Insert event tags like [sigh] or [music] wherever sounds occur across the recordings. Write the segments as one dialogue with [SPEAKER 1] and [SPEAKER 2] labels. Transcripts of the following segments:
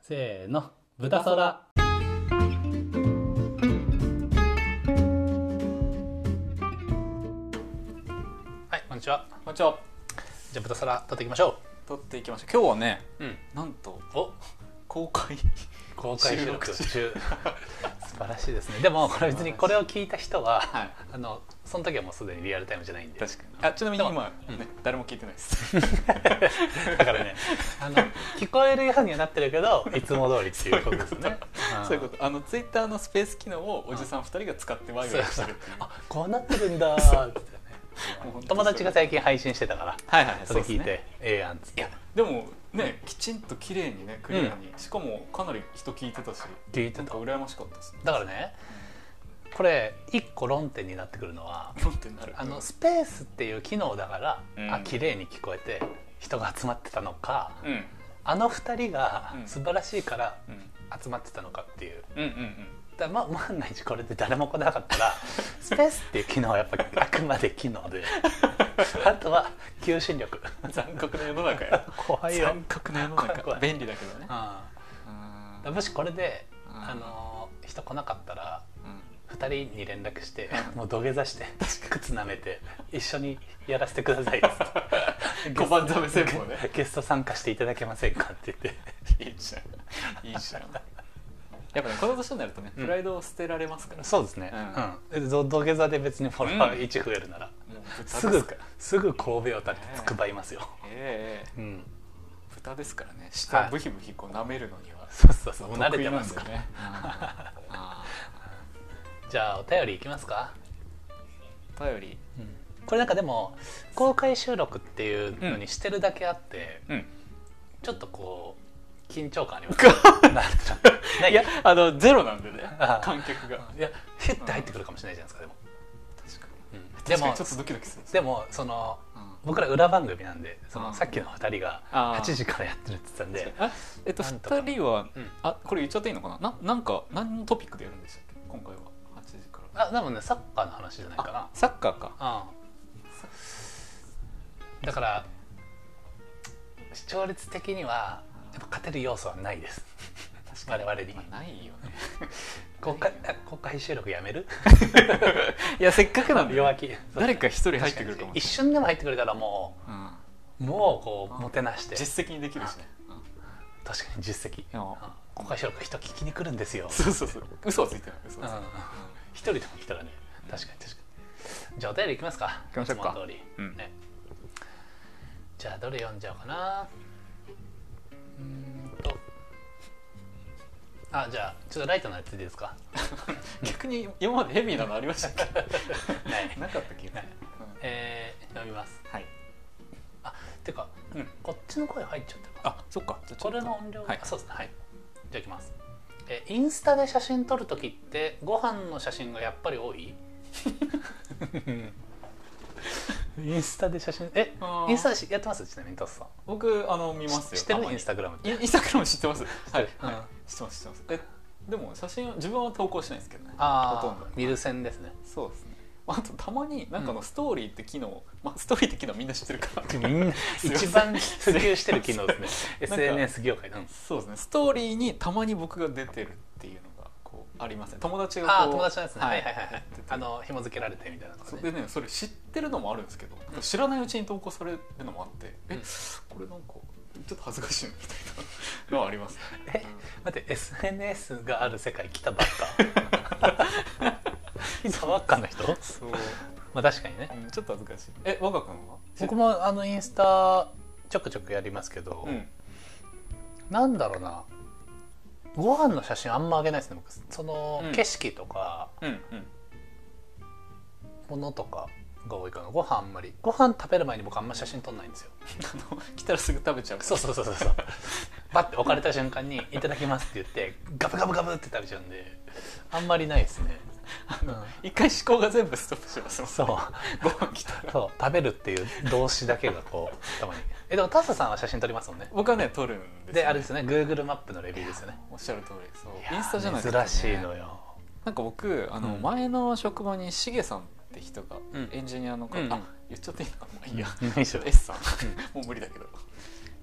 [SPEAKER 1] せーの豚そらはいこんにちは
[SPEAKER 2] こんにちは
[SPEAKER 1] じゃあ豚そら取っていきましょ
[SPEAKER 2] 撮っていきましょう今日はね
[SPEAKER 1] ううん
[SPEAKER 2] なんと
[SPEAKER 1] お
[SPEAKER 2] 公開
[SPEAKER 1] 公開収録中
[SPEAKER 2] 収
[SPEAKER 1] 素晴らしいですねでもこれ別にこれを聞いた人は、
[SPEAKER 2] はい
[SPEAKER 1] あのその時はもうすでにリアルタイムじゃないんで
[SPEAKER 2] 確かにあちなみ
[SPEAKER 1] で
[SPEAKER 2] に
[SPEAKER 1] も
[SPEAKER 2] 今、
[SPEAKER 1] うん
[SPEAKER 2] ね誰も聞いてないです
[SPEAKER 1] だからねあの聞こえるようにはなってるけどいつも通りっていうことですね
[SPEAKER 2] そういうことあのツイッターのスペース機能をおじさん2人が使ってワイワイしてるっていう
[SPEAKER 1] あこうなってるんだーって [laughs]
[SPEAKER 2] もう本当にそう
[SPEAKER 1] 友達が最近配信してたから
[SPEAKER 2] はいはい
[SPEAKER 1] それ聞い
[SPEAKER 2] そうで
[SPEAKER 1] てええやんっつっ
[SPEAKER 2] い
[SPEAKER 1] て
[SPEAKER 2] やでもねきちんと綺麗にねクリアに、しかもかなり人聞いてたし
[SPEAKER 1] 聞いて
[SPEAKER 2] なん
[SPEAKER 1] た
[SPEAKER 2] か羨ましかったですね
[SPEAKER 1] だからねこれ一個論点になってくるのは
[SPEAKER 2] ポンってなる
[SPEAKER 1] あのスペースっていう機能だから、
[SPEAKER 2] うん
[SPEAKER 1] あ綺麗に聞こえて人が集まってたのか
[SPEAKER 2] うんうん
[SPEAKER 1] あの2人が
[SPEAKER 2] うん
[SPEAKER 1] 素晴らしいから
[SPEAKER 2] うん
[SPEAKER 1] 集まってたのかっていう。
[SPEAKER 2] うんうん
[SPEAKER 1] だまあ万が一これで誰も来なかった
[SPEAKER 2] [laughs]
[SPEAKER 1] らスペースっていう機能はやっぱあくまで機能であとは求心力
[SPEAKER 2] うん残酷な世の中や
[SPEAKER 1] 怖いよ
[SPEAKER 2] 残、酷な世の
[SPEAKER 1] 怖い怖
[SPEAKER 2] 中
[SPEAKER 1] い
[SPEAKER 2] 便利だけどね
[SPEAKER 1] う
[SPEAKER 2] うん
[SPEAKER 1] ん、もしこれで、
[SPEAKER 2] うん
[SPEAKER 1] あのー人来なかったら
[SPEAKER 2] うん
[SPEAKER 1] 2人に連絡 [laughs] して
[SPEAKER 2] う
[SPEAKER 1] もう土下座して靴舐めて一緒にやらせてくださいっつ [laughs] って
[SPEAKER 2] 五番ザメ戦法ね
[SPEAKER 1] ゲスト参加していただけませんかって言って
[SPEAKER 2] いいじゃんいいじゃんやっぱねこの年になるとね、
[SPEAKER 1] うん
[SPEAKER 2] プライドを捨てられますから
[SPEAKER 1] そうですね、うんでど土下座で別にフォロワー1増えるなら、
[SPEAKER 2] もう豚
[SPEAKER 1] す
[SPEAKER 2] です
[SPEAKER 1] ぐ
[SPEAKER 2] から
[SPEAKER 1] すぐ神戸をたてつくばいますよ、
[SPEAKER 2] ええ
[SPEAKER 1] うん
[SPEAKER 2] 豚ですからね舌
[SPEAKER 1] はい
[SPEAKER 2] をブヒブヒこう舐めるのには
[SPEAKER 1] そうそうそうもう慣れ
[SPEAKER 2] 得
[SPEAKER 1] て
[SPEAKER 2] 意なん
[SPEAKER 1] ま
[SPEAKER 2] です
[SPEAKER 1] から、
[SPEAKER 2] ねうんあ
[SPEAKER 1] じゃあお便りいきますか、
[SPEAKER 2] ー頼り
[SPEAKER 1] これなんかでも公開収録っていうのにしてるだけあって、
[SPEAKER 2] うん
[SPEAKER 1] ちょっとこう緊張感あり [laughs] ますねなんとなくない [laughs]
[SPEAKER 2] いやあのゼロなんでね
[SPEAKER 1] あー
[SPEAKER 2] 観客が
[SPEAKER 1] いやヒュッて入ってくるかもしれないじゃないですかでも、
[SPEAKER 2] 確かに
[SPEAKER 1] うんで
[SPEAKER 2] 確か
[SPEAKER 1] も
[SPEAKER 2] にちょっとドキドキするんです
[SPEAKER 1] でもその
[SPEAKER 2] うん
[SPEAKER 1] 僕ら裏番組なんでその
[SPEAKER 2] あ
[SPEAKER 1] さっきの2人が
[SPEAKER 2] あー
[SPEAKER 1] 8時からやってるって言ってたんで
[SPEAKER 2] あえっと
[SPEAKER 1] なんとか
[SPEAKER 2] 2人は、
[SPEAKER 1] うん
[SPEAKER 2] あこれ言っちゃっていいのかなななんか何のトピックでやるんでしたっけ今回は8時から
[SPEAKER 1] あでもねサッカーの話じゃないかな
[SPEAKER 2] サッカーか
[SPEAKER 1] うん、だから視聴率的にはやっぱ勝てる要素はないです我
[SPEAKER 2] 確
[SPEAKER 1] 々に
[SPEAKER 2] まあないよね
[SPEAKER 1] 公開あ公開収録やめ [laughs] る
[SPEAKER 2] いやせっかくなんで
[SPEAKER 1] 弱気
[SPEAKER 2] 誰か一人入ってくるかもしれない
[SPEAKER 1] 一瞬でも入ってくれたらも
[SPEAKER 2] うん
[SPEAKER 1] うもうこうもてなして
[SPEAKER 2] 実績にできるしね、
[SPEAKER 1] 確かに実績、
[SPEAKER 2] でも
[SPEAKER 1] うん公開収録人聞きに来るんですよ
[SPEAKER 2] そうそうそう嘘はついてない嘘
[SPEAKER 1] うん
[SPEAKER 2] はついてない
[SPEAKER 1] 一人でも来たらね確かに確かにじゃあお便りいきますか
[SPEAKER 2] 行きましょうか
[SPEAKER 1] いつもの通り、
[SPEAKER 2] うん
[SPEAKER 1] ね、じゃあどれ読んじゃおうかなうーんとあじゃあちょっとライトなやつでいいです
[SPEAKER 2] [laughs]
[SPEAKER 1] か
[SPEAKER 2] 逆に今までヘビーなのありましたっけ
[SPEAKER 1] ない
[SPEAKER 2] [laughs] なかった気が
[SPEAKER 1] ない
[SPEAKER 2] する、
[SPEAKER 1] えー、読みます
[SPEAKER 2] うんはい、
[SPEAKER 1] てか
[SPEAKER 2] うん、
[SPEAKER 1] こっちの声入っちゃってるかな
[SPEAKER 2] あそっかじゃあちょ
[SPEAKER 1] こ
[SPEAKER 2] っと
[SPEAKER 1] れの音量、
[SPEAKER 2] はい
[SPEAKER 1] あそうですねはいじゃあいきますえインスタで写真撮るときってご飯の写真がやっぱり多いインスタで写真え
[SPEAKER 2] あー
[SPEAKER 1] インスタしやってますちなみにトスさん
[SPEAKER 2] 僕あの見ますよ
[SPEAKER 1] 知ってる
[SPEAKER 2] た
[SPEAKER 1] イ
[SPEAKER 2] まに
[SPEAKER 1] ンスタグラム
[SPEAKER 2] インインスタグラム知ってますはい、
[SPEAKER 1] うん
[SPEAKER 2] はい、知ってます知ってますえでも写真は自分は投稿しないですけどね
[SPEAKER 1] あ
[SPEAKER 2] ほとんど
[SPEAKER 1] あ見る線ですね
[SPEAKER 2] そうですねあとたまになんかあのストーリーって機能、まあ、ストーリーって機能みんな知ってるから
[SPEAKER 1] みん
[SPEAKER 2] [laughs]
[SPEAKER 1] な一番普及してる機能 [laughs] ですね
[SPEAKER 2] なんか
[SPEAKER 1] SNS 業界なんです
[SPEAKER 2] そうですねストーリーにたまに僕が出てるっていうのがこうありますね友達がこう
[SPEAKER 1] ああ友達のやつねはいはいはいは
[SPEAKER 2] や
[SPEAKER 1] い
[SPEAKER 2] ってて
[SPEAKER 1] あの紐付けられてみたいなとか
[SPEAKER 2] そう
[SPEAKER 1] ね
[SPEAKER 2] でねそれ知ってるのもあるんですけどなんか知らないうちに投稿されるのもあって、
[SPEAKER 1] うん
[SPEAKER 2] えこれなんかちょっと恥ずかしいみたいなのはあります、
[SPEAKER 1] え待って SNS がある世界来たばっか来たばっかの [laughs] 人
[SPEAKER 2] そう、
[SPEAKER 1] まあ確かにね
[SPEAKER 2] うんちょっと恥ずかしいえ我が君は
[SPEAKER 1] 僕もあのインスタちょくちょくやりますけど、
[SPEAKER 2] うん
[SPEAKER 1] なんだろうなご飯の写真あんま上げないですね僕その、
[SPEAKER 2] うん
[SPEAKER 1] 景色とか
[SPEAKER 2] うんうん
[SPEAKER 1] ものとかが多いかなご飯あんまりご飯食べる前に僕あんま写真撮んないんですよ
[SPEAKER 2] あの来たらすぐ食べちゃう
[SPEAKER 1] そうそうそうそう
[SPEAKER 2] [laughs]
[SPEAKER 1] そうバッて置かれた瞬間に「いただきます」って言ってガブガブガブって食べちゃうんであんまりないですね、うん
[SPEAKER 2] 一回思考が全部ストップしますもん
[SPEAKER 1] そう
[SPEAKER 2] ご飯来たら
[SPEAKER 1] そう食べるっていう動詞だけがこう頭にえでもタスさんは写真撮りますもんね
[SPEAKER 2] 僕はね撮るんですよ
[SPEAKER 1] であれですよね Google マップのレビューですよね
[SPEAKER 2] おっしゃる通りそうインスタじゃない
[SPEAKER 1] い
[SPEAKER 2] と
[SPEAKER 1] や珍しいのよ
[SPEAKER 2] なんか僕あの、
[SPEAKER 1] うん
[SPEAKER 2] 前の職場にしげさんって人が、
[SPEAKER 1] うん
[SPEAKER 2] エンジニアの方、
[SPEAKER 1] うんうん
[SPEAKER 2] あ言っちゃっていいのかまあいいや、
[SPEAKER 1] うんいいっすよ
[SPEAKER 2] S さんもう無理だけど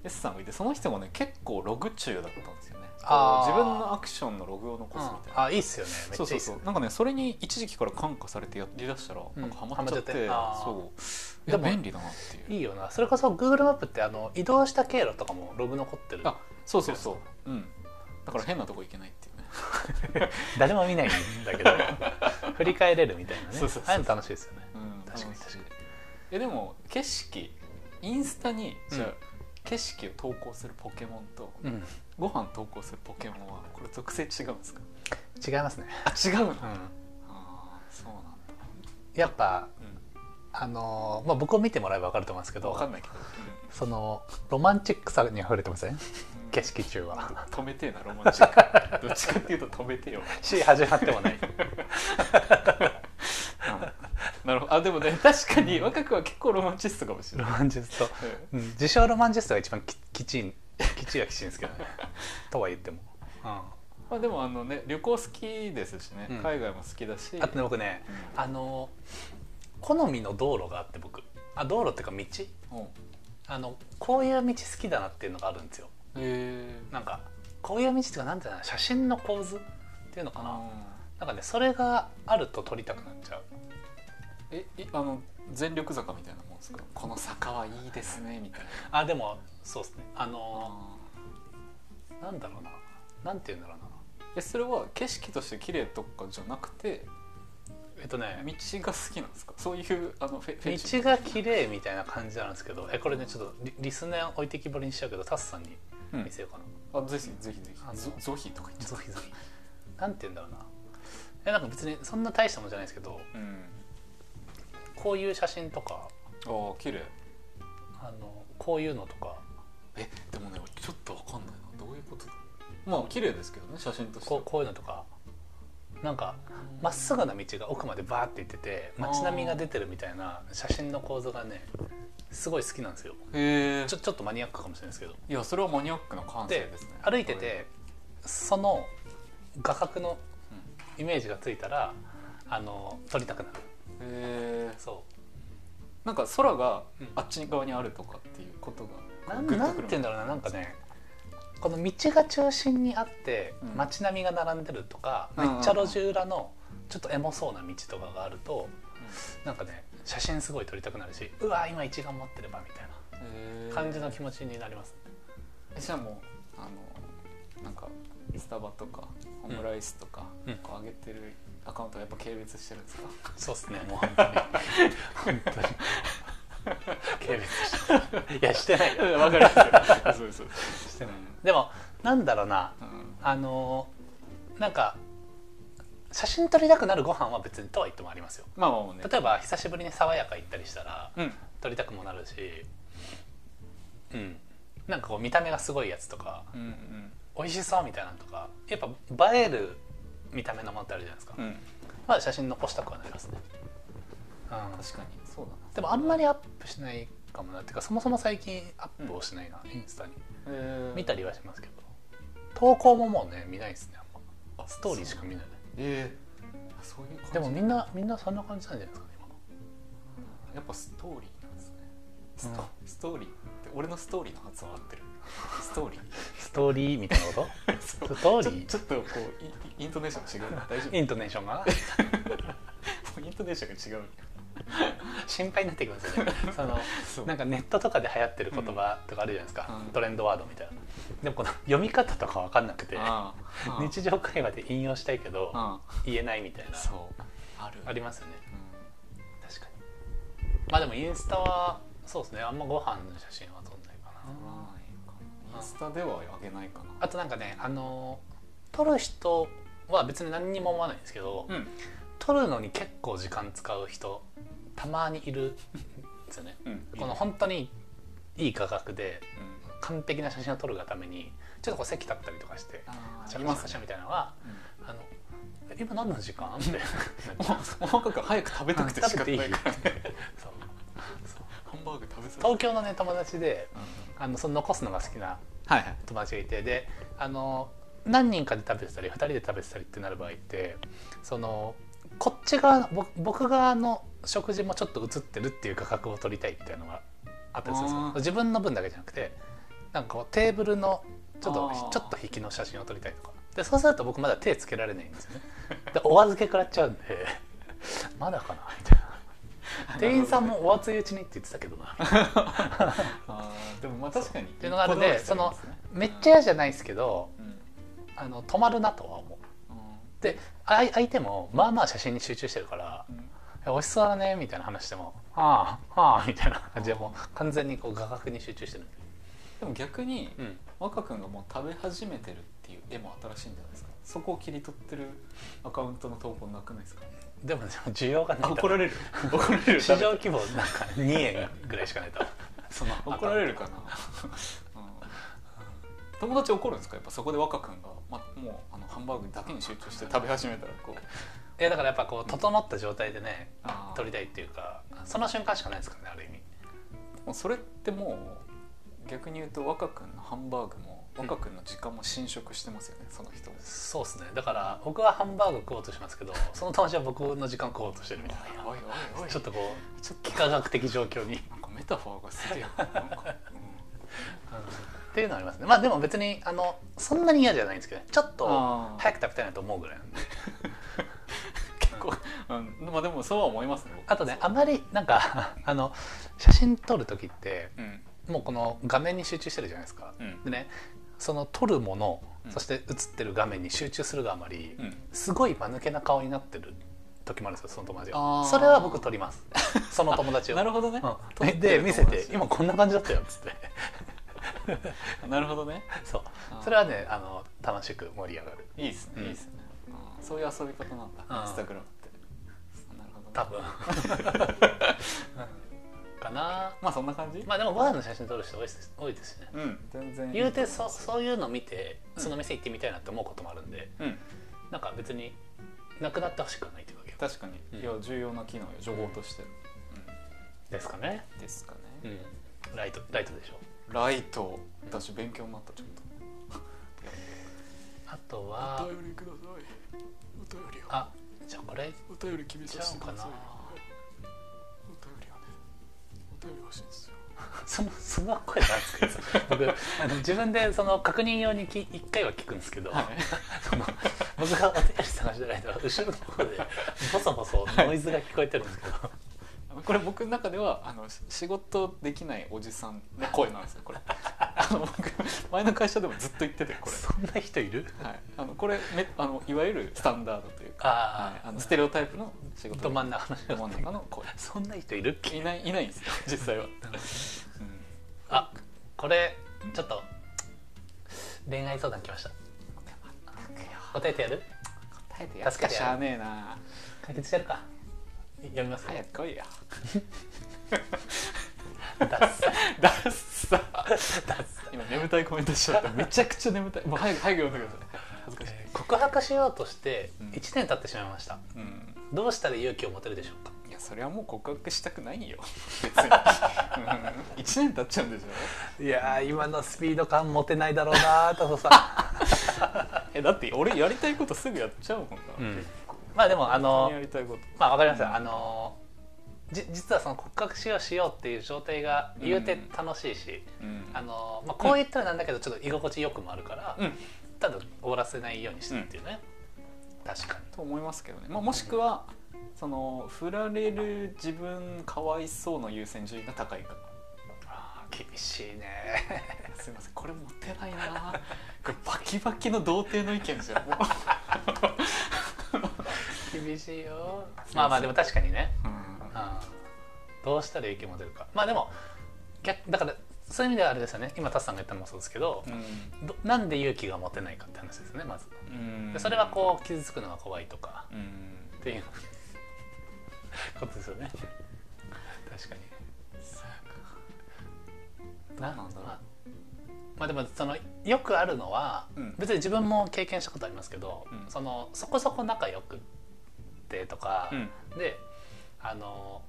[SPEAKER 2] S さんがいてその人もね結構ログ中だったんですよね
[SPEAKER 1] あー
[SPEAKER 2] 自分のアクションのログを残すみたいな、
[SPEAKER 1] あいいっすよねめっちゃ
[SPEAKER 2] そ
[SPEAKER 1] いうい
[SPEAKER 2] そう
[SPEAKER 1] っす
[SPEAKER 2] そ
[SPEAKER 1] よ
[SPEAKER 2] う
[SPEAKER 1] ね
[SPEAKER 2] なんかねそれに一時期から感化されてやりだしたら、
[SPEAKER 1] ん
[SPEAKER 2] なんかハマっちゃっ
[SPEAKER 1] ハ
[SPEAKER 2] て
[SPEAKER 1] マっちゃって
[SPEAKER 2] そうい
[SPEAKER 1] あー
[SPEAKER 2] や
[SPEAKER 1] でも
[SPEAKER 2] 便利だなっていう
[SPEAKER 1] いいよなそれこそ Google マップってあの移動した経路とかもログ残ってる
[SPEAKER 2] あそうそうそううんだから変なとこ行けないっていうね
[SPEAKER 1] 誰も見ないんだ [laughs] けど振り返れるみたいなね
[SPEAKER 2] そうそうそう
[SPEAKER 1] ああいうの楽しいですよね
[SPEAKER 2] うん
[SPEAKER 1] 確かに確かに
[SPEAKER 2] えでも景色インスタにじゃあ、
[SPEAKER 1] うん
[SPEAKER 2] 景色を投稿するポケモンと
[SPEAKER 1] うん
[SPEAKER 2] ご飯投稿するポケモンはこれ属性違うんですか
[SPEAKER 1] 違いますね
[SPEAKER 2] あ違うの、
[SPEAKER 1] う
[SPEAKER 2] あ
[SPEAKER 1] ん
[SPEAKER 2] あーそうなんだ、
[SPEAKER 1] やっぱ
[SPEAKER 2] う
[SPEAKER 1] あのーまあ僕を見てもらえば分かると思うんですけ
[SPEAKER 2] ん、分か
[SPEAKER 1] ど
[SPEAKER 2] んないけど、う
[SPEAKER 1] そのロマンチックさに溢れてません
[SPEAKER 2] ん
[SPEAKER 1] 景色中は
[SPEAKER 2] 止めてえなロマンチックどっちかっていうと止めてよ、
[SPEAKER 1] [laughs] し始まってもない
[SPEAKER 2] なるほどあでもね確かに若くは結構ロマンチストかもし
[SPEAKER 1] [laughs] ロ
[SPEAKER 2] れない、
[SPEAKER 1] マンチスト、
[SPEAKER 2] う
[SPEAKER 1] うん、自称ロマンチストが一番ききちんきちいは [laughs] きちいんですけどねとは言っても、う
[SPEAKER 2] まあ、でもあのね旅行好きですしね、
[SPEAKER 1] うん
[SPEAKER 2] 海外も好きだし
[SPEAKER 1] ん、あとね僕ねあの好みの道路があって僕あ道路っていうか道
[SPEAKER 2] うん、
[SPEAKER 1] あのこういう道好きだなっていうのがあるんですよ
[SPEAKER 2] え
[SPEAKER 1] なんかこういう道っていうかなんていうのかな写真の構図っていうのかな、
[SPEAKER 2] あ
[SPEAKER 1] なんかねそれがあると撮りたくなっちゃう
[SPEAKER 2] ーえいあの全力坂みたいなもんですかこの坂はいいですねみたいな
[SPEAKER 1] あでもそうですねあの
[SPEAKER 2] あ
[SPEAKER 1] ーなんだろうななんて言うんだろうな
[SPEAKER 2] ーえそれは景色として綺麗とかじゃなくて
[SPEAKER 1] えっとね
[SPEAKER 2] 道が好きなんですかそういうあのフェフェ
[SPEAKER 1] 道
[SPEAKER 2] チ
[SPEAKER 1] が綺麗みたいな感じなんですけどえこれねちょっとリリスナー置いてきぼりにしちゃうけどタスさんに
[SPEAKER 2] うん
[SPEAKER 1] 見せようかな、
[SPEAKER 2] あぜひぜひぜ
[SPEAKER 1] あの
[SPEAKER 2] ひゾゾヒとか言っちゃ
[SPEAKER 1] ゾ
[SPEAKER 2] っ
[SPEAKER 1] ヒゾヒなんて言うんだろうなえなんか別にそんな大したもんじゃないですけど
[SPEAKER 2] たうん
[SPEAKER 1] こういう写真とか
[SPEAKER 2] ああ綺麗
[SPEAKER 1] あのこういうのとか
[SPEAKER 2] えでもねちょっとわかんないなどういうことだまあ綺麗ですけどね写真として
[SPEAKER 1] こ
[SPEAKER 2] は
[SPEAKER 1] うこういうのとかなんかまっすぐな道が奥までバーって行ってて街並みが出てるみたいな写真の構図がねすごい好きなんですよ
[SPEAKER 2] へえ
[SPEAKER 1] ちょちょっとマニアックかもしれないですけど
[SPEAKER 2] いやそれはマニアックな感性
[SPEAKER 1] で
[SPEAKER 2] ですね
[SPEAKER 1] 歩いててその画角のイメージがついたらあの撮りたくなる
[SPEAKER 2] へえ
[SPEAKER 1] そ
[SPEAKER 2] なんか空が
[SPEAKER 1] うん
[SPEAKER 2] あっち側にあるとかっていうこと
[SPEAKER 1] う
[SPEAKER 2] が
[SPEAKER 1] なん
[SPEAKER 2] グッ
[SPEAKER 1] な
[SPEAKER 2] と
[SPEAKER 1] んて
[SPEAKER 2] くる
[SPEAKER 1] 言うんだろうななんかねこの道が中心にあって
[SPEAKER 2] うん
[SPEAKER 1] 街並みが並んでるとか、
[SPEAKER 2] うんうんうん
[SPEAKER 1] めっちゃ路地裏のちょっとエモそうな道とかがあるとなんかね写真すごい撮りたくなるしうわ今一眼持ってればみたいな
[SPEAKER 2] へー
[SPEAKER 1] 感じの気持ちになります、
[SPEAKER 2] えじゃあもうあのなんかスタバとかオムライスとか、
[SPEAKER 1] うん
[SPEAKER 2] こう上げてるアカウントはやっぱ軽蔑してるんですか、
[SPEAKER 1] そうです [laughs] ねもう本当に [laughs] 本当に軽蔑していやしてないよ
[SPEAKER 2] わかりますそうです
[SPEAKER 1] してないでもなんだろうな
[SPEAKER 2] うん
[SPEAKER 1] あのーなんか写真撮りたくなるご飯は別にとは言ってもありますよ
[SPEAKER 2] まあまあまあね
[SPEAKER 1] 例えば久しぶりに爽やか行ったりしたら
[SPEAKER 2] うん
[SPEAKER 1] 撮りたくもなるしうんなんかこう見た目がすごいやつとか
[SPEAKER 2] うんうん
[SPEAKER 1] 美味しそうみたいなのとかやっぱ映える見た目のものってあるじゃないですか、
[SPEAKER 2] うん
[SPEAKER 1] まあ写真残したくはなりますね、うん、
[SPEAKER 2] 確かにそうだな
[SPEAKER 1] でもあんまりアップしないかもなっていうかそもそも最近アップをしないな、インスタに
[SPEAKER 2] え
[SPEAKER 1] 見たりはしますけど投稿ももうね見ないですねあんまストーリーしか見ない
[SPEAKER 2] えー、あそういう感じ
[SPEAKER 1] でもみんなみんなそんな感じなんじゃないですかね
[SPEAKER 2] やっぱストーリーなんですねスト,、ストーリーって俺のストーリーの発音合ってるストーリー
[SPEAKER 1] 今ストーリーみたいなこと
[SPEAKER 2] そう
[SPEAKER 1] ストーリー
[SPEAKER 2] ちょちょっとこうイイントネーション違う大丈夫
[SPEAKER 1] イントネーションが
[SPEAKER 2] イントネーションが違う
[SPEAKER 1] 心配になってきますよねその
[SPEAKER 2] そう
[SPEAKER 1] なんかネットとかで流行ってる言葉とかあるじゃないですか、
[SPEAKER 2] うん
[SPEAKER 1] トレンドワードみたいなでもこの読み方とか分かんなくて
[SPEAKER 2] ああああ
[SPEAKER 1] 日常会話で引用したいけど
[SPEAKER 2] あ
[SPEAKER 1] 言えないみたい
[SPEAKER 2] あ
[SPEAKER 1] な
[SPEAKER 2] そうある
[SPEAKER 1] ありますよね
[SPEAKER 2] う
[SPEAKER 1] 確かにまあでもインスタはそうですねあんまご飯の写真は撮んないか
[SPEAKER 2] ん
[SPEAKER 1] な
[SPEAKER 2] インスタではあげないかな
[SPEAKER 1] あとなんかねあの撮る人は別に何にも思わないんですけど、
[SPEAKER 2] うん
[SPEAKER 1] 撮るのに結構時間使う人たまにいるんです
[SPEAKER 2] [laughs]
[SPEAKER 1] よね
[SPEAKER 2] うん
[SPEAKER 1] この本当にいい価格で完璧な写真を撮るがためにちょっとこう席立ったりとかして
[SPEAKER 2] あ
[SPEAKER 1] シャ
[SPEAKER 2] あい
[SPEAKER 1] シ
[SPEAKER 2] ま
[SPEAKER 1] ャシ
[SPEAKER 2] す
[SPEAKER 1] ャ
[SPEAKER 2] ね
[SPEAKER 1] みたいなのはあのえ今何の時
[SPEAKER 2] [laughs]
[SPEAKER 1] 間みたいな
[SPEAKER 2] おかく早く食べたくて仕
[SPEAKER 1] 食べ
[SPEAKER 2] 方
[SPEAKER 1] ていい
[SPEAKER 2] ないからね
[SPEAKER 1] そう
[SPEAKER 2] ハンバーグ食べそう
[SPEAKER 1] 東京のね友達で
[SPEAKER 2] うん
[SPEAKER 1] あのその残すのが好きな
[SPEAKER 2] はいはい
[SPEAKER 1] 友達がいてであの何人かで食べてたり2人で食べてたりってなる場合ってそのこっち側僕僕側の食事もちょっと映ってるっていう価格を取りたいっていうのがあったりするんです
[SPEAKER 2] あ
[SPEAKER 1] よ
[SPEAKER 2] ー
[SPEAKER 1] 自分の分だけじゃなくてなんかこうテーブルのちょっ
[SPEAKER 2] あー
[SPEAKER 1] とちょっと引きの写真を撮りたいとかでそうすると僕まだ手つけられないんですよねでお預け食らっちゃうんで [laughs] まだかなみたいな店員さんもお熱いうちにって言ってたけどな
[SPEAKER 2] あーでもまあ確かにって
[SPEAKER 1] いうのがあるんでめっちゃ嫌じゃないですけどあの止まるなとは思うであい相手もまあまあ写真に集中してるから「え美味しそうだね」みたいな話しても「ああああ」みたいな感じでもう完全にこう画角に集中してるんで
[SPEAKER 2] でも逆に
[SPEAKER 1] うん
[SPEAKER 2] 若君がもう食べ始めてるっていう絵も新しいんじゃないですかそこを切り取ってるアカウントの投稿なくないで
[SPEAKER 1] [laughs]
[SPEAKER 2] すか
[SPEAKER 1] でもでも需要がない
[SPEAKER 2] 怒ら
[SPEAKER 1] れ
[SPEAKER 2] れる怒ら
[SPEAKER 1] [laughs]
[SPEAKER 2] れる
[SPEAKER 1] 市場規模なんか2円ぐらいしかないとそ [laughs] の
[SPEAKER 2] 怒られるかな、うん友達怒るんですかやっぱそこで若君が、ま、もうあのハンバーグだけに集中して食べ始めたらこう
[SPEAKER 1] いやだからやっぱこう整った状態でね
[SPEAKER 2] あー
[SPEAKER 1] 撮りたいっていうかその瞬間しかないですからねある意味
[SPEAKER 2] もうそれってもう逆に言うと若君のハンバーグも
[SPEAKER 1] うん
[SPEAKER 2] 若君の時間も侵食してますよね、その人
[SPEAKER 1] そうですねだから僕はハンバーグ食おうとしますけどその友達は僕の時間食おうとしてるみたい
[SPEAKER 2] おいおいお
[SPEAKER 1] ないちょっ
[SPEAKER 2] と
[SPEAKER 1] とこうちょっと幾何学的状況に
[SPEAKER 2] なんかメタファーがすげえななんか、
[SPEAKER 1] っていうのはありますねまあでも別にあのそんなに嫌じゃないんですけどねちょっと
[SPEAKER 2] あー
[SPEAKER 1] 早く食べたいなと思うぐらいなんで
[SPEAKER 2] 結構、うん、まあでもそうは思いますね僕
[SPEAKER 1] あとねあまりなんか [laughs] あの写真撮る時って
[SPEAKER 2] うん
[SPEAKER 1] もうこの画面に集中してるじゃないですか、
[SPEAKER 2] うん
[SPEAKER 1] でねその撮るもの
[SPEAKER 2] うん
[SPEAKER 1] そして写ってる画面に集中するがあまり、
[SPEAKER 2] うん
[SPEAKER 1] すごい間抜けな顔になってる時もあるんですよその友達
[SPEAKER 2] あ
[SPEAKER 1] が
[SPEAKER 2] ー
[SPEAKER 1] それは僕撮り
[SPEAKER 2] [laughs]
[SPEAKER 1] ますその友達を
[SPEAKER 2] なるほどね、
[SPEAKER 1] うん
[SPEAKER 2] 撮って
[SPEAKER 1] で
[SPEAKER 2] る
[SPEAKER 1] 見せ
[SPEAKER 2] 友達
[SPEAKER 1] て今こんな感じだったよっつって [laughs]
[SPEAKER 2] なるほどね
[SPEAKER 1] そう
[SPEAKER 2] あー
[SPEAKER 1] それはねあの楽しく盛り上がる
[SPEAKER 2] いいですね、
[SPEAKER 1] うん
[SPEAKER 2] いいですね、うんそういう遊び方なんだ、
[SPEAKER 1] うん
[SPEAKER 2] インスタグラムってなるほど、ね、
[SPEAKER 1] 多分
[SPEAKER 2] [laughs]
[SPEAKER 1] かな
[SPEAKER 2] まあそんな感じ、
[SPEAKER 1] まあでもご飯の写真撮る人多いです多いですしね
[SPEAKER 2] うん全然
[SPEAKER 1] 言うてそそう
[SPEAKER 2] いう
[SPEAKER 1] いうの見て
[SPEAKER 2] うん
[SPEAKER 1] その店行ってみたいなって思うこともあるんで、
[SPEAKER 2] うん
[SPEAKER 1] なんか別になくなってほしくはないというわけ
[SPEAKER 2] 確かに、
[SPEAKER 1] うん
[SPEAKER 2] いや重要な機能よ情報として、
[SPEAKER 1] ですかね、
[SPEAKER 2] うんですかね、
[SPEAKER 1] うん、ライトライトでしょ
[SPEAKER 2] ライトだし勉強になったちょっと
[SPEAKER 1] あとは
[SPEAKER 2] 便りくださいお便りを
[SPEAKER 1] あじゃあこれ
[SPEAKER 2] お便り君
[SPEAKER 1] ちゃうかな
[SPEAKER 2] お便りをねお便り欲しいんですよ
[SPEAKER 1] そのその声なんですけど僕あの自分でその確認用にき一回は聞くんですけど、その僕がお手り探してる間は後ろの方でボソボソノイズが聞こえてるんですけど、
[SPEAKER 2] [laughs] [laughs] これ僕の中ではあのし仕事できないおじさんの声なんですよこれ [laughs] あの僕前の会社でもずっと言っててこ
[SPEAKER 1] そんな人いる
[SPEAKER 2] れ、はい、あのこれめあのいわゆるスタンダードというか、は
[SPEAKER 1] ああ、
[SPEAKER 2] い、あのステレオタイプの仕事
[SPEAKER 1] ど真ん中の
[SPEAKER 2] ど真ん中の声
[SPEAKER 1] そんな人いるっけ
[SPEAKER 2] いないいないんですよ実際は、うん
[SPEAKER 1] あこれちょっと恋愛相談来ました答えてやる
[SPEAKER 2] 答えて
[SPEAKER 1] や
[SPEAKER 2] や
[SPEAKER 1] っ
[SPEAKER 2] っ
[SPEAKER 1] か
[SPEAKER 2] か
[SPEAKER 1] し
[SPEAKER 2] し
[SPEAKER 1] ゃ
[SPEAKER 2] ゃ
[SPEAKER 1] あ
[SPEAKER 2] あねえな
[SPEAKER 1] 解決してやるか読みます
[SPEAKER 2] 早く来いよ
[SPEAKER 1] ダッサ
[SPEAKER 2] ダッサ
[SPEAKER 1] ダッサ
[SPEAKER 2] 今眠たいコメントしちゃっためちゃくちゃ眠たいもう早く早く読んでください恥ずかしい、
[SPEAKER 1] えー告白しようとして
[SPEAKER 2] うん
[SPEAKER 1] 1年経ってしまいました、
[SPEAKER 2] うん
[SPEAKER 1] どうしたら勇気を持てるでしょうか
[SPEAKER 2] いやそれはもう告白したくないよ別に、うん、1年経っちゃうんでしょ
[SPEAKER 1] いやー今のスピード感持てないだろうなタソさ
[SPEAKER 2] えだって俺やりたいことすぐやっちゃうもんな、
[SPEAKER 1] [laughs] ん、うん
[SPEAKER 2] 結、
[SPEAKER 1] まあでもあ
[SPEAKER 2] 構
[SPEAKER 1] の
[SPEAKER 2] やりたいこと
[SPEAKER 1] まあわかりますよ、
[SPEAKER 2] うん
[SPEAKER 1] あのじ実はその告白しようしようっていう状態が言うて楽しいし、
[SPEAKER 2] うん
[SPEAKER 1] あのまあ、こう言ったらなんだけどちょっと居心地よくもあるから、
[SPEAKER 2] うん
[SPEAKER 1] ただ終わらせないようにしてっていうね、確か
[SPEAKER 2] と思いますけどね、まあ、もしくはその振られる自分かわいそうの優先順位が高いか
[SPEAKER 1] に厳しいね
[SPEAKER 2] すいませんこれモテないなこれバキバキの童貞の意見じゃんもう
[SPEAKER 1] [laughs] 厳しいよまあまあでも確かにね、
[SPEAKER 2] うん
[SPEAKER 1] うん、どうしたら勇気持てるかまあでも逆だからそういう意味ではあれですよね今タスさんが言ったのもそうですけど、どなんで勇気が持てないかって話ですねまず
[SPEAKER 2] うん
[SPEAKER 1] でそれはこう傷つくのが怖いとか
[SPEAKER 2] ううん
[SPEAKER 1] っていうことですよね確かに
[SPEAKER 2] どうなんだろう
[SPEAKER 1] まあまあでもそのよくあるのは、
[SPEAKER 2] うん
[SPEAKER 1] 別に自分も経験したことありますけど、
[SPEAKER 2] うん
[SPEAKER 1] そのそこそこ仲良くってとか、
[SPEAKER 2] うん
[SPEAKER 1] であの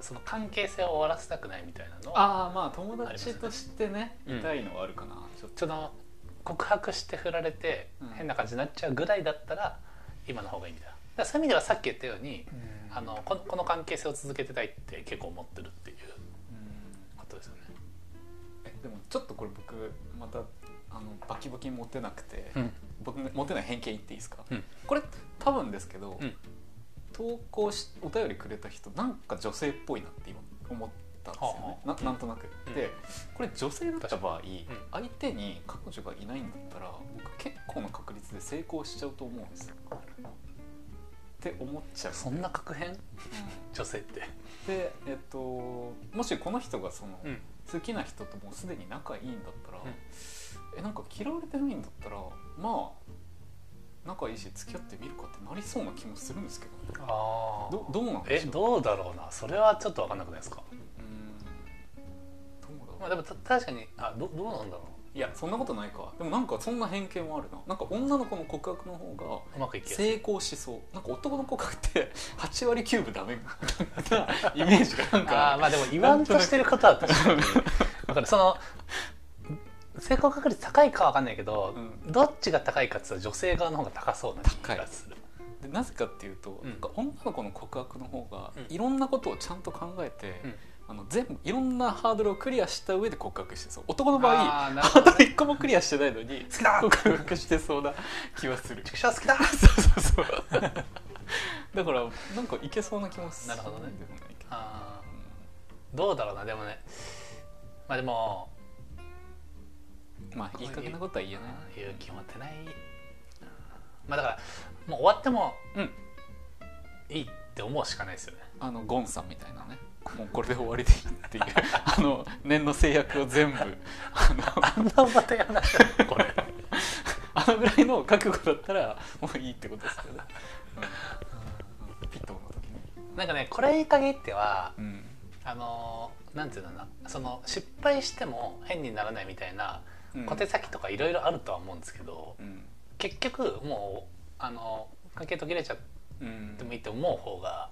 [SPEAKER 1] その関係性を終わらせたくないみたいなのを
[SPEAKER 2] ああまあ友達としてね
[SPEAKER 1] うん
[SPEAKER 2] いたいのはあるかな、ちょっと
[SPEAKER 1] その告白して振られて
[SPEAKER 2] うん
[SPEAKER 1] 変な感じになっちゃうぐらいだったら今の方がいいみたいなだからそういう意味ではさっき言ったように、あのこのこの関係性を続けてたいって結構思ってるっていう
[SPEAKER 2] うん
[SPEAKER 1] ことですよね。
[SPEAKER 2] えでもちょっとこれ僕またあのバキバキ持てなくて、
[SPEAKER 1] うん
[SPEAKER 2] 僕の持てない偏見言っていいですか、
[SPEAKER 1] うん
[SPEAKER 2] これ多分ですけど、
[SPEAKER 1] うん
[SPEAKER 2] 投稿しお便りくれた人なんか女性っぽいなって今思ったんですよね、
[SPEAKER 1] はあ
[SPEAKER 2] ななんとなく、
[SPEAKER 1] うん
[SPEAKER 2] でこれ女性だった場合、
[SPEAKER 1] うん
[SPEAKER 2] 相手に彼女がいないんだったら僕結構な確率で成功しちゃうと思うんですよって思っちゃう
[SPEAKER 1] そんな確変女性って
[SPEAKER 2] でえっともしこの人がその、
[SPEAKER 1] うん
[SPEAKER 2] 好きな人ともうすでに仲いいんだったら、
[SPEAKER 1] うん
[SPEAKER 2] えなんか嫌われてないんだったらまあ仲いいし付き合ってみるかってなりそうな気もするんですけどね
[SPEAKER 1] あ
[SPEAKER 2] どどうなんで
[SPEAKER 1] え
[SPEAKER 2] しょう
[SPEAKER 1] どうだろうなそれはちょっと分かんなくないですか
[SPEAKER 2] うんどう
[SPEAKER 1] ま
[SPEAKER 2] だ
[SPEAKER 1] あ
[SPEAKER 2] ろ
[SPEAKER 1] で
[SPEAKER 2] う
[SPEAKER 1] もた確かにあどどうなんだろ
[SPEAKER 2] いやそんなことないかでもなんかそんな偏見もあるななんか女の子の告白の方が
[SPEAKER 1] ううまくいけ
[SPEAKER 2] 成功しそうなんか男の告白って8割9分ダメなイメージがなんか
[SPEAKER 1] あ
[SPEAKER 2] あ
[SPEAKER 1] あ
[SPEAKER 2] る
[SPEAKER 1] まあでも言わんとしてることは確かに分かるその成功確率高いかは分かんないけど、
[SPEAKER 2] う
[SPEAKER 1] どっちが高いかって言ったら女性側の方が高そうな気がする
[SPEAKER 2] でなぜかっていうと、
[SPEAKER 1] うん
[SPEAKER 2] なんか女の子の告白の方が、
[SPEAKER 1] うん
[SPEAKER 2] いろんなことをちゃんと考えて、あの全部いろんなハードルをクリアした上で告白してそう男の場合
[SPEAKER 1] あーなる
[SPEAKER 2] ハ
[SPEAKER 1] ほ
[SPEAKER 2] ー
[SPEAKER 1] ど
[SPEAKER 2] ドル一個もクリアしてないのに
[SPEAKER 1] 好きだ
[SPEAKER 2] 告白してそうな気はす
[SPEAKER 1] [laughs]
[SPEAKER 2] る
[SPEAKER 1] 畜生好きだ
[SPEAKER 2] そうそうそうだからなんかいけそうな気もする
[SPEAKER 1] なるほどね
[SPEAKER 2] でもないけど
[SPEAKER 1] あ
[SPEAKER 2] うん
[SPEAKER 1] ーどうだろうなでもねまあでも
[SPEAKER 2] まあいい加減なことは言えない
[SPEAKER 1] 勇気持ってないまあだからもう終わっても
[SPEAKER 2] うん
[SPEAKER 1] いいって思うしかないですよね
[SPEAKER 2] あのゴンさんみたいなねもうこれで終わりでいい
[SPEAKER 1] [laughs]
[SPEAKER 2] っていうあの念の制約を全部あの
[SPEAKER 1] [laughs] あんなまたやらないよこれ
[SPEAKER 2] あのぐらいの覚悟だったらもういいってことですよね、うんピットの時ね
[SPEAKER 1] なんかねこれに限っては
[SPEAKER 2] うん
[SPEAKER 1] あのーなんていうのかなその失敗しても変にならないみたいな
[SPEAKER 2] うん
[SPEAKER 1] 小手先とかいろいろあるとは思うんですけど、
[SPEAKER 2] うん
[SPEAKER 1] 結局もうあのー関係途切れちゃっ
[SPEAKER 2] うん
[SPEAKER 1] てもいいって思う方が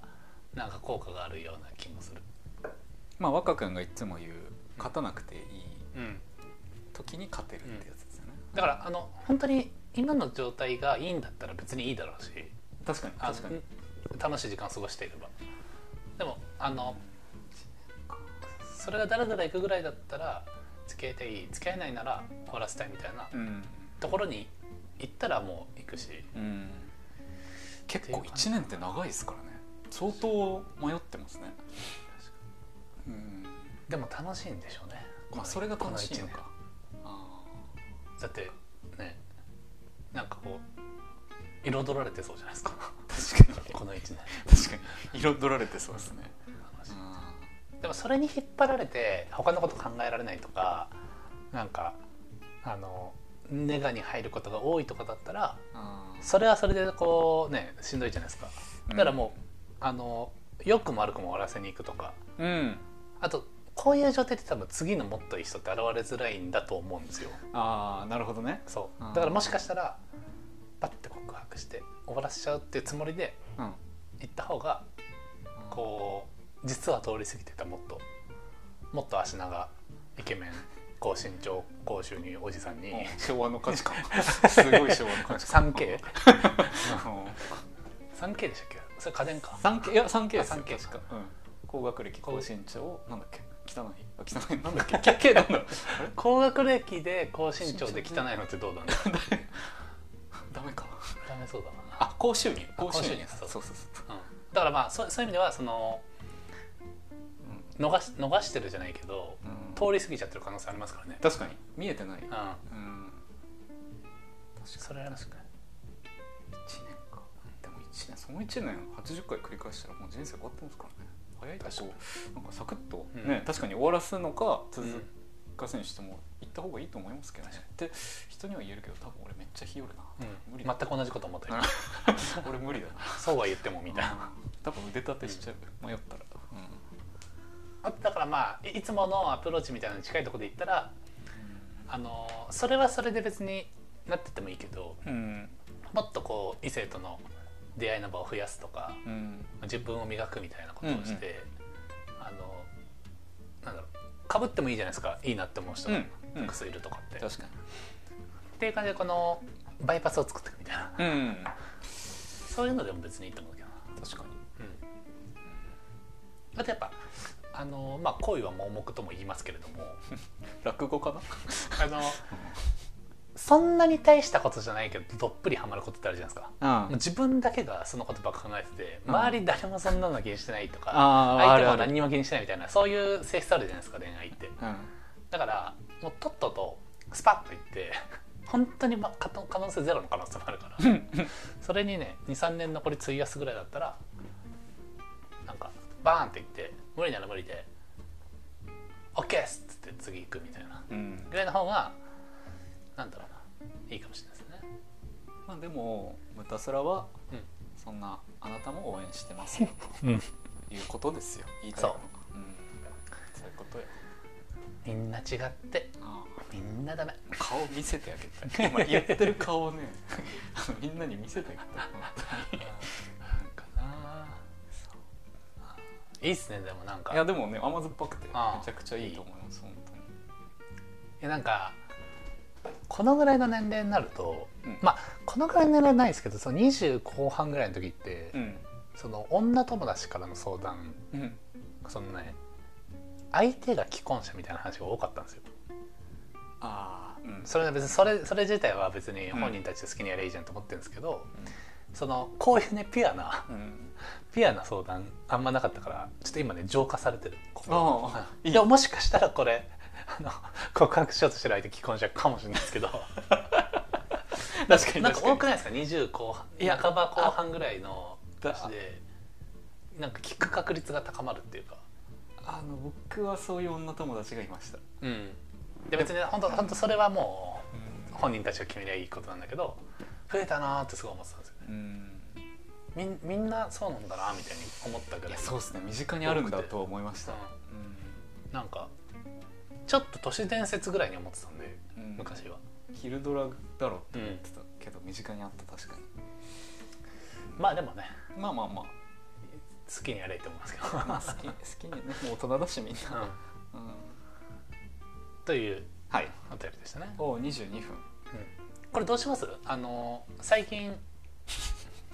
[SPEAKER 1] なんか効果があるような気もする。
[SPEAKER 2] まあ若君がいつも言う勝たなくていい
[SPEAKER 1] うん、
[SPEAKER 2] 時に勝てるってやつですよね、
[SPEAKER 1] だからあの本当に今の状態がいいんだったら別にいいだろうし
[SPEAKER 2] 確かに
[SPEAKER 1] あの
[SPEAKER 2] 確かに
[SPEAKER 1] 楽しい時間を過ごしていればでもあのそれがだらだらいくぐらいだったら付き合いたい付き合えないなら終わらせたいみたいな
[SPEAKER 2] うん、
[SPEAKER 1] ところに行ったらもう行くし
[SPEAKER 2] うん、結構1年って長いですからね相当迷ってますねうん
[SPEAKER 1] でも楽しいんでしょうね
[SPEAKER 2] まあそれが楽しいの
[SPEAKER 1] こ
[SPEAKER 2] かあ
[SPEAKER 1] 一年だってねなんかこう彩られてそうじゃないですか [laughs]
[SPEAKER 2] ー確か
[SPEAKER 1] この1年
[SPEAKER 2] に確かに彩られてそうですねう
[SPEAKER 1] でもそれに引っ張られて他のこと考えられないとかなんかあのネガに入ることが多いとかだったら
[SPEAKER 2] んあー
[SPEAKER 1] それはそれでこうねしんどいじゃないですかだからもう、あの良くも悪くも終わらせに行くとか
[SPEAKER 2] うん、
[SPEAKER 1] あとこういう状態って多分次のもっといい人って現れづらいんだと思うんですよ
[SPEAKER 2] ああなるほどね
[SPEAKER 1] そう
[SPEAKER 2] うん
[SPEAKER 1] だからもしかしたらパッて告白して終わらせちゃうっていうつもりで
[SPEAKER 2] うん
[SPEAKER 1] 行った方が
[SPEAKER 2] こ
[SPEAKER 1] こう実は通り過ぎてたもっともっと足長イケメン高身長高収入おじさん
[SPEAKER 2] う
[SPEAKER 1] に
[SPEAKER 2] ん昭和の価値 [laughs] 観すごい昭和の価値観
[SPEAKER 1] 3K3K
[SPEAKER 2] うん
[SPEAKER 1] でしたっけそれ家電か
[SPEAKER 2] 三 K いや三 K
[SPEAKER 1] あ 3K
[SPEAKER 2] 確か、うん、高学歴高
[SPEAKER 1] 高
[SPEAKER 2] 身長なんだっけ汚いあ汚いなんだっけ K なんだ
[SPEAKER 1] 高学歴で高身長で汚いのってどうだろう
[SPEAKER 2] [laughs] ダメか
[SPEAKER 1] ダメそうだな
[SPEAKER 2] あ高収入
[SPEAKER 1] あ
[SPEAKER 2] 高収
[SPEAKER 1] 高
[SPEAKER 2] 入
[SPEAKER 1] 収入
[SPEAKER 2] そうそうそう
[SPEAKER 1] うんだからまあそうそういう意味ではその逃し逃してるじゃないけど
[SPEAKER 2] うん、うん
[SPEAKER 1] 通り過ぎちゃってる可能性ありますからね
[SPEAKER 2] 確かに見えてない、
[SPEAKER 1] うん
[SPEAKER 2] うん、
[SPEAKER 1] それらしくない
[SPEAKER 2] 1年かでも一年その1年80回繰り返したらもう人生終わってますからね早いとこなんかサクッと、
[SPEAKER 1] うん
[SPEAKER 2] ね確かに終わらすのか続
[SPEAKER 1] うん
[SPEAKER 2] かせにしても行った方がいいと思いますけどね、って人には言えるけど多分俺めっちゃ日和な、無理
[SPEAKER 1] 全く同じこと思ってる
[SPEAKER 2] うん俺無理だな
[SPEAKER 1] [laughs] そうは言ってもみたいな
[SPEAKER 2] 多分腕立てしちゃう、迷ったら、
[SPEAKER 1] あだからまあいいつものアプローチみたいなのに近いところで言ったらあのそれはそれで別になっててもいいけど
[SPEAKER 2] うんうん
[SPEAKER 1] もっとこう異性との出会いの場を増やすとか
[SPEAKER 2] うん
[SPEAKER 1] 自分を磨くみたいなことをして、あのなんだろうかぶってもいいじゃないですかいいなって思う人が
[SPEAKER 2] うん
[SPEAKER 1] 複数いるとかって、っ
[SPEAKER 2] 確か
[SPEAKER 1] ていう感じでこのバイパスを作っていくみたいな
[SPEAKER 2] にうん
[SPEAKER 1] そういうのでも別にいいと思うけどな
[SPEAKER 2] 確かに
[SPEAKER 1] うんあとやっぱあのまあ恋は盲目とも言いますけれども
[SPEAKER 2] 落語かな
[SPEAKER 1] あのそんなに大したことじゃないけどどっぷりハマることってあるじゃないですかもう
[SPEAKER 2] あ
[SPEAKER 1] 自分だけがそのことばっか考えてて
[SPEAKER 2] うん
[SPEAKER 1] 周り誰もそんなの気にしてないとか
[SPEAKER 2] あーあ
[SPEAKER 1] 相手
[SPEAKER 2] る
[SPEAKER 1] も
[SPEAKER 2] ある
[SPEAKER 1] 何にも気にしてないみたいなそういう性質あるじゃないですか恋愛って
[SPEAKER 2] うん
[SPEAKER 1] だからもうとっととスパッといって [laughs] 本当に、ま、かと可能性ゼロの可能性もあるからそれにね23年残り費やすぐらいだったらなんかバーンっていって無理なら無理で OK っすっつって次行くみたいな
[SPEAKER 2] うん
[SPEAKER 1] ぐらいの方がなんだろうないいかもしれないですね
[SPEAKER 2] まあでもムタスラは
[SPEAKER 1] うん
[SPEAKER 2] そんなあなたも応援してます [laughs] よ
[SPEAKER 1] うん
[SPEAKER 2] ということですよ言いたいのは
[SPEAKER 1] そ
[SPEAKER 2] うんそういうことよ
[SPEAKER 1] みんな違って
[SPEAKER 2] ああ
[SPEAKER 1] みんなダメ
[SPEAKER 2] 顔見せてあげたい今言ってる顔をね [laughs] あのみんなに見せてあげたい
[SPEAKER 1] かないいっすねでもなんか
[SPEAKER 2] いやでもね甘酸っぱくてめ
[SPEAKER 1] ああ
[SPEAKER 2] ちゃくちゃいいと思います本当に
[SPEAKER 1] いやなんかこのぐらいの年齢になると、
[SPEAKER 2] うん
[SPEAKER 1] まあこのぐらいの年齢はないですけどその20後半ぐらいの時って、
[SPEAKER 2] うん
[SPEAKER 1] その女友達からの相談
[SPEAKER 2] うん
[SPEAKER 1] そのね相手が既婚者みたいな話が多かったんですよ
[SPEAKER 2] ああうん
[SPEAKER 1] それは別にそれそれ自体は別に
[SPEAKER 2] うん
[SPEAKER 1] 本人たちで好きにやればいいじゃんと思ってるんですけど、そのこういうねピュアな [laughs]
[SPEAKER 2] うん
[SPEAKER 1] ピュアな相談あんまなかったからちょっと今ね浄化されてる心
[SPEAKER 2] ああいい
[SPEAKER 1] でももしかしたらこれあの告白しようとしてる相手既婚者かもしれないですけど
[SPEAKER 2] 確かに
[SPEAKER 1] なんか
[SPEAKER 2] 確か
[SPEAKER 1] 多
[SPEAKER 2] に
[SPEAKER 1] くないですか20後半
[SPEAKER 2] いや
[SPEAKER 1] 半ば後半ぐらいの
[SPEAKER 2] だ
[SPEAKER 1] 年でなんか聞く確率が高まるっていうか、
[SPEAKER 2] あの僕はそういう女友達がいました、
[SPEAKER 1] うん、で別にね本当本当それはもう本人たちが決めりゃいいことなんだけど増えたなーってすごい思ってたんですよね
[SPEAKER 2] うん
[SPEAKER 1] みんみんなそうなんだなみたいに思ったぐ
[SPEAKER 2] い
[SPEAKER 1] ら
[SPEAKER 2] や
[SPEAKER 1] い
[SPEAKER 2] そうですね身近にあるんだとは思いました、
[SPEAKER 1] なんかちょっと都市伝説ぐらいに思ってたんで
[SPEAKER 2] うんうん
[SPEAKER 1] 昔は、
[SPEAKER 2] ヒルドラだろって
[SPEAKER 1] う
[SPEAKER 2] 言
[SPEAKER 1] ん
[SPEAKER 2] っ、てたけど身近にあった確かに
[SPEAKER 1] まあでもね
[SPEAKER 2] まあまあまあ [laughs]
[SPEAKER 1] 好きにやれって思いますけど、
[SPEAKER 2] まあ好き好きにねもう大人だしみんな、
[SPEAKER 1] [laughs] うん
[SPEAKER 2] うん、
[SPEAKER 1] という
[SPEAKER 2] はい
[SPEAKER 1] お便りでしたね、
[SPEAKER 2] おう22分
[SPEAKER 1] これどうしますあの最近
[SPEAKER 2] [laughs]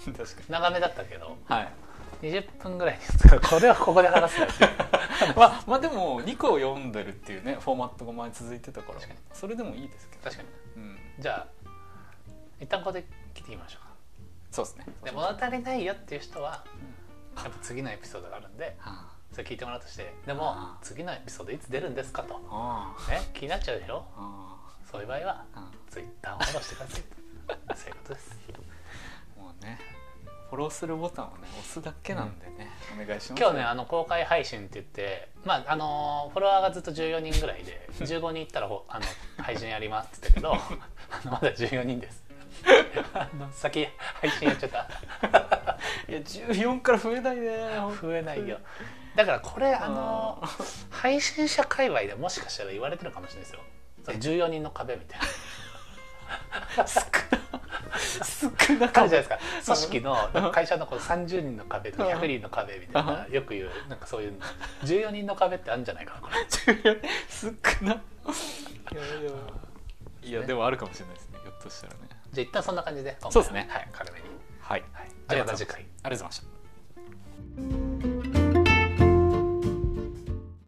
[SPEAKER 2] 確かに
[SPEAKER 1] 長めだったけど
[SPEAKER 2] はい
[SPEAKER 1] 20分ぐらいに使う [laughs] これはここで話すよ [laughs] っていう
[SPEAKER 2] [laughs] まあまあでも2個を読んでるっていうねフォーマットが前続いてたから
[SPEAKER 1] 確かに
[SPEAKER 2] それでもいいですけど、
[SPEAKER 1] 確かに
[SPEAKER 2] うん、
[SPEAKER 1] じゃあ一旦ここで切っていきましょうか
[SPEAKER 2] そうですね
[SPEAKER 1] で物足りないよっていう人はやっぱ次のエピソードがあるんで
[SPEAKER 2] あ
[SPEAKER 1] それ聞いてもらうとしてでも
[SPEAKER 2] あー
[SPEAKER 1] 次のエピソードいつ出るんですかと、
[SPEAKER 2] あ
[SPEAKER 1] ね、気になっちゃうでしょ
[SPEAKER 2] ああ
[SPEAKER 1] そういう場合は
[SPEAKER 2] ああ
[SPEAKER 1] Twitter をフォローしてくださ
[SPEAKER 2] [laughs]
[SPEAKER 1] いそういうことです
[SPEAKER 2] もうねフォローするボタンをね押すだけなんでね、お願いします
[SPEAKER 1] 今日ねあの公開配信って言って、まああのフォロワーがずっと14人ぐらい [laughs] で15人いったらほあの配信やりますって [laughs] 言ったけどあのまだ14人 [laughs] ですあの先配信やっちゃった
[SPEAKER 2] いや14から増えないねほんと
[SPEAKER 1] 増えないよだからこれあの
[SPEAKER 2] あ
[SPEAKER 1] 配信者界隈でもしかしたら言われてるかもしれないですよその14人の壁みたい [laughs] な
[SPEAKER 2] 少な
[SPEAKER 1] あ
[SPEAKER 2] か
[SPEAKER 1] るじゃな
[SPEAKER 2] った
[SPEAKER 1] いですか組織のなんか会社のこう30人の壁とか100人の壁みたいなよく言うなんかそういう14人の壁ってあるんじゃないかなこれ
[SPEAKER 2] 少ないやでもいやでもあるかもしれないですねひょっとしたらね
[SPEAKER 1] じゃあ一旦そんな感じで今回は
[SPEAKER 2] そうですね
[SPEAKER 1] はい軽めに
[SPEAKER 2] はい、
[SPEAKER 1] はい、
[SPEAKER 2] あ
[SPEAKER 1] じ
[SPEAKER 2] り
[SPEAKER 1] ゃ
[SPEAKER 2] が
[SPEAKER 1] あ
[SPEAKER 2] と
[SPEAKER 1] また次
[SPEAKER 2] うございます
[SPEAKER 1] 回。
[SPEAKER 2] ありがとうございました